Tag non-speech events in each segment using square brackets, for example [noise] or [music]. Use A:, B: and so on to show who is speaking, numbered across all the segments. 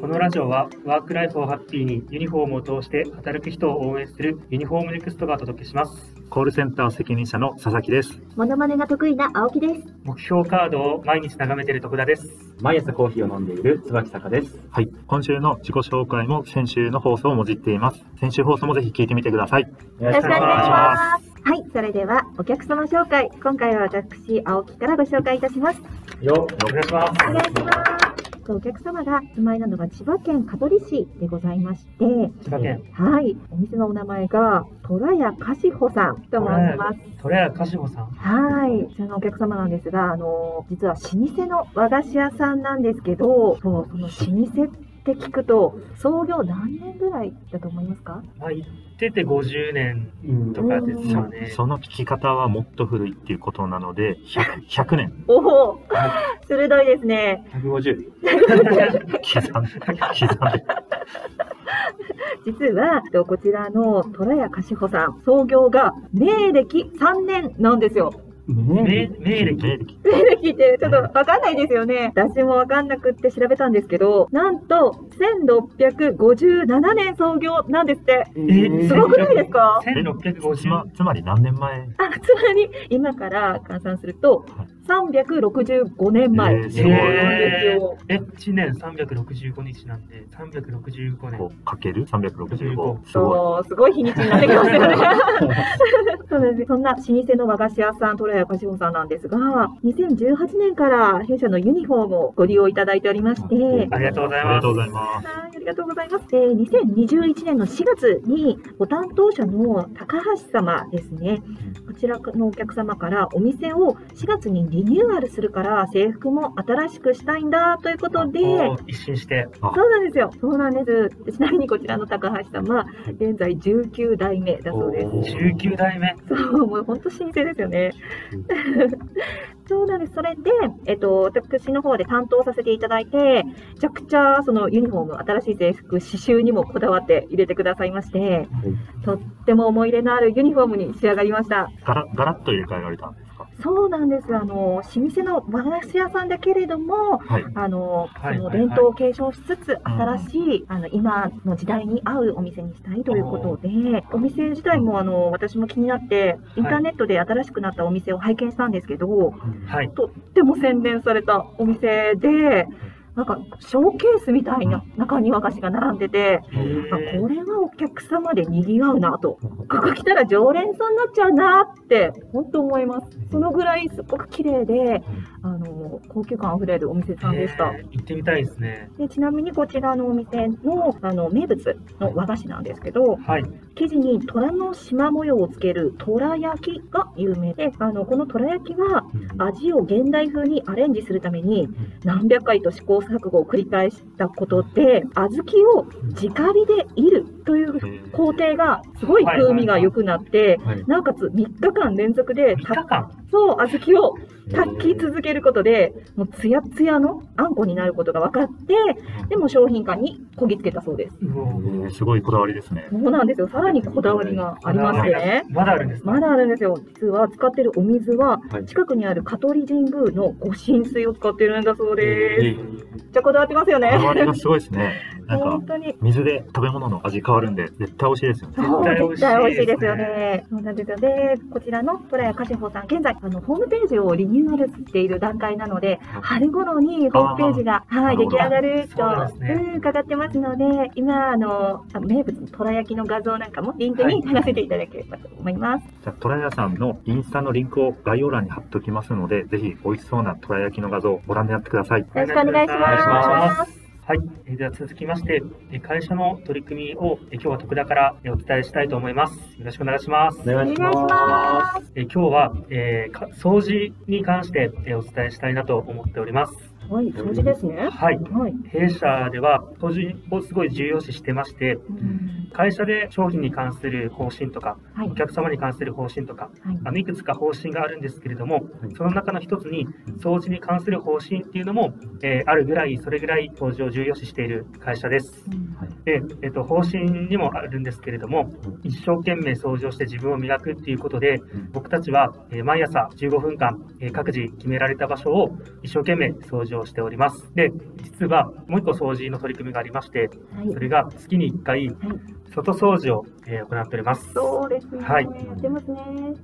A: このラジオはワークライフをハッピーにユニフォームを通して働く人を応援するユニフォームネクストがお届けします
B: コールセンター責任者の佐々木です。
C: モノマネが得意な青木です。
A: 目標カードを毎日眺めている徳田です
D: 毎朝コーヒーを飲んでいる椿坂です。
B: はい。今週の自己紹介も先週の放送をもじっています。先週放送もぜひ聞いてみてください。
D: よ
C: ろしくお願いし。
B: ます
C: はい、それではお客様紹介、今回は私、青木からご紹介いたします。
D: す。よ、
A: お願いしま
C: お願いします。お客様がお住まいなのが千葉県香取市でございまして、
A: す千葉県
C: はい、お店のお名前が虎屋かしほさんと申します。
A: トレアカシホさん
C: はい、そのお客様なんですが、あの実は老舗の和菓子屋さんなんですけど、そうその老舗って聞くと創業何年ぐらいだと思いますか？
A: まあ行ってて50年
D: うん
A: とかですよね
B: その聞き方はもっと古いっていうことなので、
A: [laughs]
B: 100, 100年
C: おお、 [laughs] 鋭いですね。
D: 150。
B: 刻
A: [laughs]
B: んで、刻んで。
C: 実は、えっとこちらの虎屋かしほさん、創業が明暦3年なんですよ。
A: 名
D: ね
A: 名歴
C: 明暦ってちょっとわかんないですよね。私もわかんなくって調べたんですけど、なんと、1657年創業なんですって。
D: え
A: ー
C: すごくないですか
B: つま
A: 1650
B: つまり何年前
C: あ、つまり、今から換算すると、365年前なんですよ。
A: へえ1年365日なんで365年
B: こうかける365。すごい。
C: そうすごい日にちになってきますよね。 [laughs] そうですねそんな老舗の和菓子屋さん、トラヤカシホさんなんですが、2018年から弊社のユニフォームをご利用いただいておりまして、はい、
A: ありがとうござい
B: あり
A: ま
B: が
A: す
B: とうございます。
C: ありがとうございます。で、2021年の4月に、ご担当者の高橋様ですね、こちらのお客様から、お店を4月にリニューアルするから、制服も新しくしたいんだということで、
A: おー一新して
C: そうなんですよ。そうなんです。ちなみにこちらの高橋さんは現在19代目だそうです。
B: おー
A: 19代目
C: そう、もう本当老舗ですよね。 [laughs] そうなんです。それで、えっと、私の方で担当させていただいて、めちゃくちゃそのユニフォーム、新しい制服、刺繍にもこだわって入れてくださいまして、とっても思い入れのあるユニフォームに仕上がりました。
B: ガラガラッと入れ替えられたんですか
C: そうなんです。あの、老舗の和菓子屋さんだけれども、
B: はい。
C: あの、
A: はい
C: その
A: はいはい
C: 伝統を継承しつつ、
B: ん
C: 新しい、あの、今の時代に合うお店にしたいということで、お店自体も、あの、私も気になって、インターネットで新しくなったお店を拝見したんですけど、
A: はい
C: とっても宣伝されたお店で、なんか、ショーケースみたいな中に和菓子が並んでて、
A: へー
C: あこれはお客様で賑わうなと、ここ来たら常連さんになっちゃうなって、本当思います。そのぐらいすごく綺麗で、あの、高級感あふれるお店さんでした。
A: えー行ってみたいですね
C: でちなみにこちらのお店のあの名物の和菓子なんですけど、
A: はい
C: 生地に虎の縞模様をつける虎焼きが有名で、あのこの虎焼きは味を現代風にアレンジするために何百回と試行錯誤を繰り返したことで小豆を直火で煎るという工程がすごい風味が良くなって、
D: はい
C: なおかつ3日間連続で
A: 3
C: た
A: 日間
C: そう小豆を炊き続けることでもうツヤツヤのあんこになることが分かってでも商品化にこぎつけたそうです
A: うお
B: え
A: ー
B: ーすごいこだわりですね。
C: そうなんですよさらにこだわりがありましてね
A: まだあるんですか
C: まだあるんですよ実は使ってるお水は
D: はい
C: 近くにある香取神宮の御神水を使ってるんだそうです、
B: え
C: めっちゃこだわってますよ
B: こだ
C: ね
B: わりがすごいですね。なんか
C: 本、当に
B: 水で食べ物の味変わるんで、絶対美味しいですよね。
A: 絶対美味しいですね
C: 絶対美味しいですよね。そうなんですよ。で、こちらのトラヤカシホさん、現在、あの、ホームページをリニューアルしている段階なので、春頃にホームページが、
B: な
C: は
B: る
C: い、
B: ほ
C: 出
B: ど
C: 来上がると、
A: そうなんですね
C: うん、伺ってますので、今、あの、あ名物のトラ焼きの画像なんかもリンク
A: はい
C: に貼らせていただければと思います。
B: じゃあ、トラヤさんのインスタのリンクを概要欄に貼っておきますので、ぜひ美味しそうなトラ焼きの画像をご覧になってください。
A: は
C: よ
A: い
C: ろしくお願いします。
A: お願いしはい、えーでは続きまして、えー会社の取り組みを、えー今日は徳田からえーお伝えしたいと思います。よろしくお願いします。
D: お願いしま
A: えー今日は、えーか掃除に関して、えーお伝えしたいなと思っております。
C: はい、掃除ですね。
A: はい、
C: はい。
A: 弊社では掃除をすごい重要視してまして、
C: うん
A: 会社で商品に関する方針とか、
C: はい
A: お。客様に関する方針とか、
C: はい
A: あのいくつか方針があるんですけれども
D: はい、
A: その中の一つに掃除に関する方針っていうのも、えーあるぐらい、それぐらい掃除を重要視している会社です。
C: うん
D: はい
A: で、えっと、方針にもあるんですけれども
B: うん、
A: 一生懸命掃除をして自分を磨くっていうことで
B: ん、
A: 僕たちは、えー毎朝15分間、えー各自決められた場所を一生懸命掃除をしております。で、実はもう一個掃除の取り組みがありまして、
C: はい
A: それが月に1回、外掃除を、えー行っております。
C: そうですね。
A: はい
C: やってますね。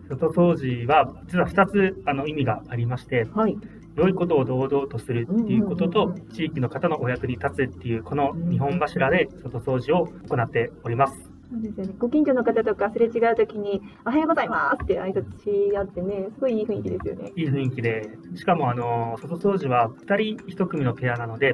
A: 外掃除は、実は2つあの意味がありまして、
C: はい。
A: 良いことを堂々とするっていうこと
C: うん
A: と
C: うんうん、
A: 地域の方のお役に立つっていう、この2本柱で外掃除を行っております。
C: そうですよね。ご近所の方とかすれ違うときに、おはようございますって挨拶し合ってね、すごいいい雰囲気ですよね。
A: いい雰囲気で、しかもあの外掃除は2人1組のペアなので、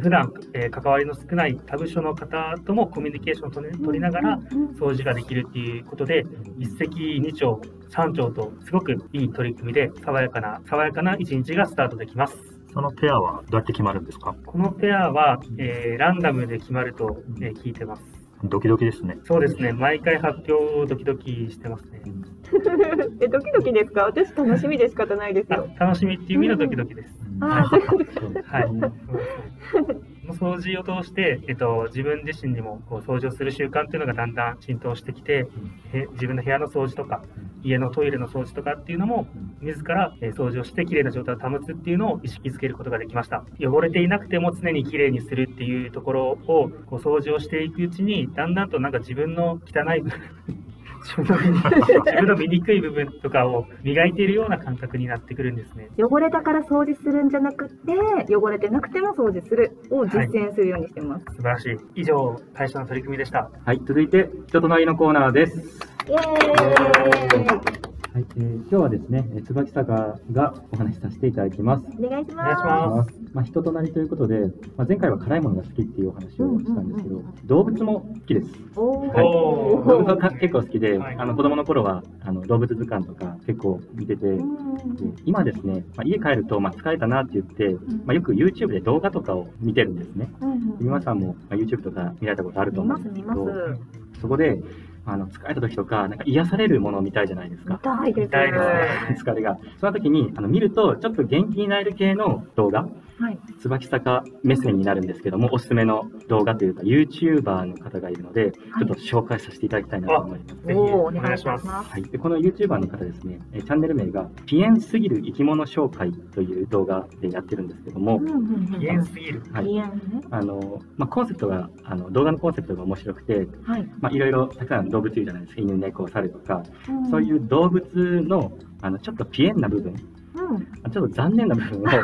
A: 普段、えー関わりの少ない他部署の方ともコミュニケーションを取れ取りながら
C: うんうんうん [laughs]
A: 掃除ができるっていうことで、一石二鳥、三鳥と、すごくいい取り組みで、爽やかな、爽やかな一日がスタートできます。
B: そのペアはどうやって決まるんですか
A: このペアは、えーランダムで決まると、えー聞いてます。
B: ドキドキですね。
A: そうですね、毎回発表をドキドキしてますね。
C: え、ドキドキですか私楽しみで仕方ないです
A: あ
C: よ。
A: 楽しみっていう意味のドキドキです。
C: あーそういうことか。
A: はい。掃除を通して、えっと、自分自身にもこう掃除をする習慣っていうのがだんだん浸透してきて、へ自分の部屋の掃除とか、家のトイレの掃除とかっていうのも、自らえー掃除をして、きれいな状態を保つっていうのを意識づけることができました。汚れていなくても常にきれいにするっていうところをこう掃除をしていくうちに、だんだんとなんか自分の汚い部分 [laughs] 自分の自分の醜い部分とかを磨いているような感覚になってくるんですね。
C: 汚れたから掃除するんじゃなくて、汚れてなくても掃除するを実践するようにしてます。
A: 素晴らしい。以上、会社の取り組みでした。
D: はい、続いて、人となりのコーナーです。
C: イエー
D: はい、えー今日はですね、えー椿坂がお話しさせていただきます。
C: イお願いし
A: お願いし
C: ま
A: ます。
D: まあ、人となりということで、まあ、前回は辛いものが好きっていうお話をしたんですけ
C: うんうん
D: ど
C: うん、
D: 動物も好きです。
C: す。おー
A: おー
D: 動物が結構好きで、
A: はい
D: あの子供の頃はあの動物図鑑とか結構見てて、
C: うん
D: で今ですね、まあ、家帰ると、まあ、疲れたなって言って、まあ、よく YouTube で動画とかを見てるんですね。皆さんも、まあ、YouTube とか見られたことあると
C: 見ま
D: 思うん
C: す
D: で
C: 見
D: すけ
C: ます。
D: ど、そこであの疲れた時とか、なんか癒されるものを見たいじゃないです
C: 見
D: か。
C: たいです。
A: 見たいですね。
D: 疲れが。その時にあの見ると、ちょっと元気になれる系の動画、
C: はい。
D: 椿坂目線になるんですけども、おすすめの動画というか、YouTuber の方がいるので、ちょっと紹介させていただきたいなと思います。
A: ぜひ
C: お
A: お
C: ーお
A: 願
C: 願
A: い
C: い
A: し
C: し
A: ま
C: ますす。。
D: はい、でこの YouTuber の方ですね、えチャンネル名が、ピエンすぎる生き物紹介という動画でやってるんですけども
C: うん、うんうん。
A: 危険すぎる。
D: はい
C: いやね。
D: あのまあ、コンセプトがあの、動画のコンセプトが面白くて、
C: はい。
D: まあ、いろいろたくさん動物いるじゃないですか、犬、猫、猿とか、
C: ん
D: そうい。う動物のあのちょっとピエンな部分、
C: うん
D: ちょっと残念な部分をちょっ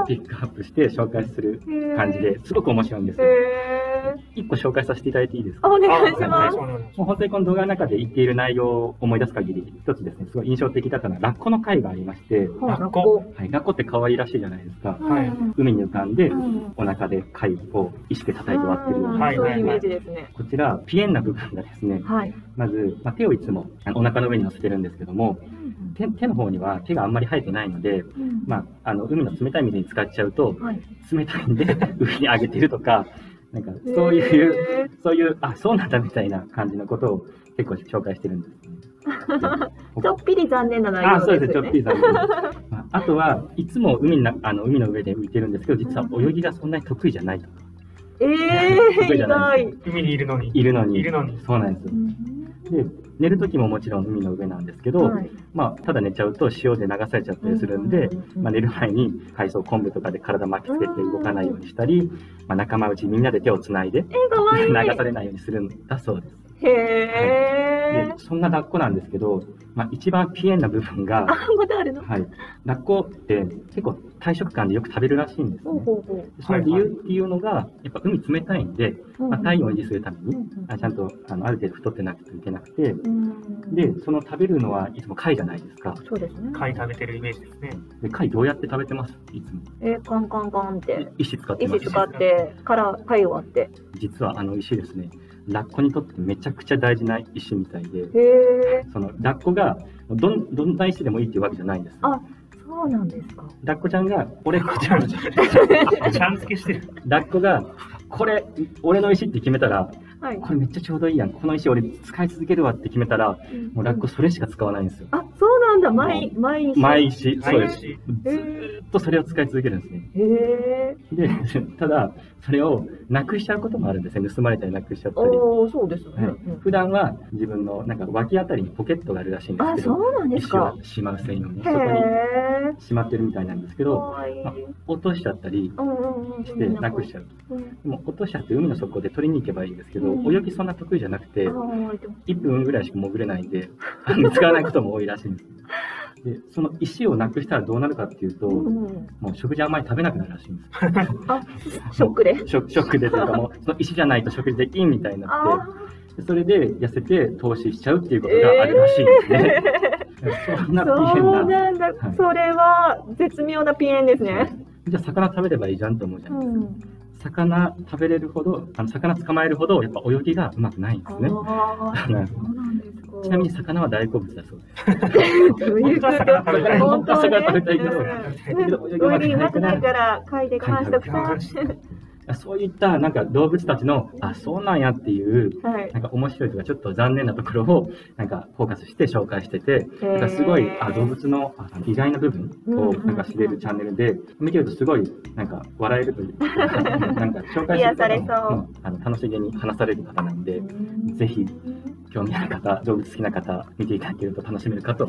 D: とピックアップして紹介する
C: へー
D: 感じですごく面白いんです
C: へ
D: よ。
C: え。
D: 1個紹介させていただいていいです
C: あ
D: か
C: お
A: あお
C: 願
A: 願
C: い
A: い
C: し
A: し
C: ま
A: ますす。。
D: もう本当にこの動画の中で言っている内容を思い出す限り、一つですね、すごい印象的だったのはラッコの回がありまして、
C: ほら
A: 学
C: こ
A: 校
D: はい、ラッコって可愛らしいじゃないですか
C: こ。
A: はい
C: うん
D: 海に浮かんで、
C: うん
D: お腹で貝を石で叩いて割ってるよう
C: うん
D: な。
A: はい
C: そういうイメージですね。
D: こちら、ピエンな部分がですね、
C: はい。
D: まず、まあ、手をいつもあのお腹の上に乗せてるんですけども、手手の方には手があんまり生えてないので、
C: うん
D: まあ、あの海の冷たい水に使っちゃうと、
C: はい
D: 冷たいんで [laughs] 上に上げてるとか、なんかそういう、
C: へー
D: そういう、あ、そうなんだみたいな感じのことを結構紹介してるんですね。
C: ちょっぴり残念な内
D: あ、そ
C: 容
D: う
C: で
D: です
C: よ
D: す、ちょっ
C: ね。
D: ぴり残念。まああとはいつも海のなあの海の上で浮いてるんですけど、実は泳ぎがそんなに得意じゃないと。
C: ええ
D: 得
C: ー、
D: 意
C: 意
D: じゃないで
C: 外
D: す。
A: 海にいるのに。
D: いるのに。
A: いるのに。
D: そうなんですよ。で寝る時ももちろん海の上なんですけど、
C: はい
D: まあ、ただ寝ちゃうと潮で流されちゃったりするんで、
C: うん
D: まあ、寝る前に海藻昆布とかで体巻きつけて動かないようにしたり、まあ、仲間内みんなで手をつないで
C: えー、かわい
D: [laughs] 流
C: い。
D: されないようにするんだそうです。
C: へえ
D: で。そんな抱っこなんですけど、まあ、一番ピエンな部分が、
C: あ、まだあるの。
D: はい、抱っこって結構体食感でよく食べるらしいんです
C: ほう
D: ね。
C: ほうほ
D: その理由っていうのが、やっぱ海冷たいんで、
C: う。
D: まあ、体温を維持するため
C: うんう
D: に、
C: ん
D: あちゃんとあのある程度太ってなくていけなくて、
C: うん。
D: で、その食べるのはいつも貝じゃないですか。
C: そうですね。
A: 貝食べてるイメージですね。
D: で貝どうやって食べてますいつも。
C: えー、カンカンカンって。
D: 石使ってます
C: 石。使って、から貝を割って。
D: 実はあの石ですね、ラッコにとってめちゃくちゃ大事な石みたいで、
C: へえ。
D: そのラッコがどんどんな石でもいいっていうわけじゃないんです。
C: あそうなんですか。
D: ラッコちゃんが、俺、
A: ちゃん、ちゃん付けしてる。
D: ラッコが、これ、俺の石って決めたら、
C: はい。
D: これめっちゃちょうどいいやん、この石俺使い続けるわって決めたら、もうラッコそれしか使わないんですよ。
C: あ、そうなんだ。毎、毎日。
D: 毎石、そう
A: 毎
D: です。
A: 日。
C: えー、
D: とそれを使い続けるんですね。
C: へえ。
D: で、 [laughs] ただ、それをなくしちゃうこともあるんですね。盗まれたりなくしちゃっ
C: あ
D: た
C: あ
D: り。、
C: そうですね。
D: はい普段は自分のなんか脇あたりにポケットがあるらしいんです
C: あ、
D: け
C: そ
D: ど、
C: うなんです
D: 石を
C: か。
D: しまう専用に、
C: へ
D: そこに
C: え。
D: しまってるみたいなんですけ
C: か
D: ど、
C: わいい。
D: あ落としちゃったり
C: うんうんうん。
D: してなくしちゃう。
C: うん。
D: でも落としちゃって海の底で取りに行けばいいんですけ
C: う
D: ど、
C: ん
D: 泳ぎそんな得意じゃなくて、
C: ああ、でも。
D: 1分ぐらいしか潜れないんで、あの使わないことも多いらしいんです。で、その石をなくしたらどうなるかっていうと、
C: うんうん。
D: もう食事あんまり食べなくなるらしいんです。
C: あ、ショックで。
D: ショックショックでという
C: [laughs]
D: かもう、その石じゃないと食事できんみたいに
C: あ
D: な
C: あ
D: って、それで痩せて投資しちゃうっていうことがあるらしいんですね。
C: [laughs]
D: そんな
C: ー、
D: 大
C: そう
D: 変な。
C: なんだ
D: はい。
C: それは絶妙なピエンですね。
D: じゃあ魚食べればいいじゃんと思うじゃ
C: う
D: ないですか。
C: ん。
D: 魚食べれるほど、あの魚捕まえるほど、やっぱ泳ぎがうまくないんで
C: あ
D: す
C: あ、
D: ね。
C: そ
D: [laughs]
C: うなんですか。
D: ちなみに魚は大好物だそうです。
C: どういうこと本当
D: 魚食べ
C: ね
D: たいけど、
C: うん泳ぎ上手くないから、貝で我慢しとくさ。
D: そういったなんか動物たちの、あ、そうなんやっていう、
C: はい。
D: なんか面白いとかちょっと残念なところをなんかフォーカスして紹介してて、
C: へー
D: なんかすごいあ動物のあ意外な部分をなんか知れるチャンネルで、見てるとすごいなんか笑えるというか、 [laughs] なんか紹介してる
C: 癒され
D: 方も
C: そうん
D: あの楽しげに話される方なんで、
C: うん
D: ぜひ興味ある方、動物好きな方、見ていただけると楽しめるかと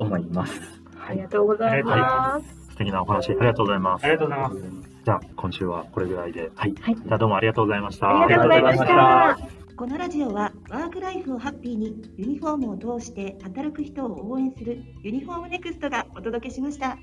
D: 思います。
C: ありがとうございます。
B: 素敵なお話ありがとうございます
A: ありがとうございます。
B: じゃあ今週はこれぐらいではい、
C: はい
B: じゃあどうもありがとうございました
C: ありがとうございまし
D: ありがとうございました
C: た。
E: このラジオはワークライフをハッピーにユニフォームを通して働く人を応援するユニフォームネクストがお届けしました。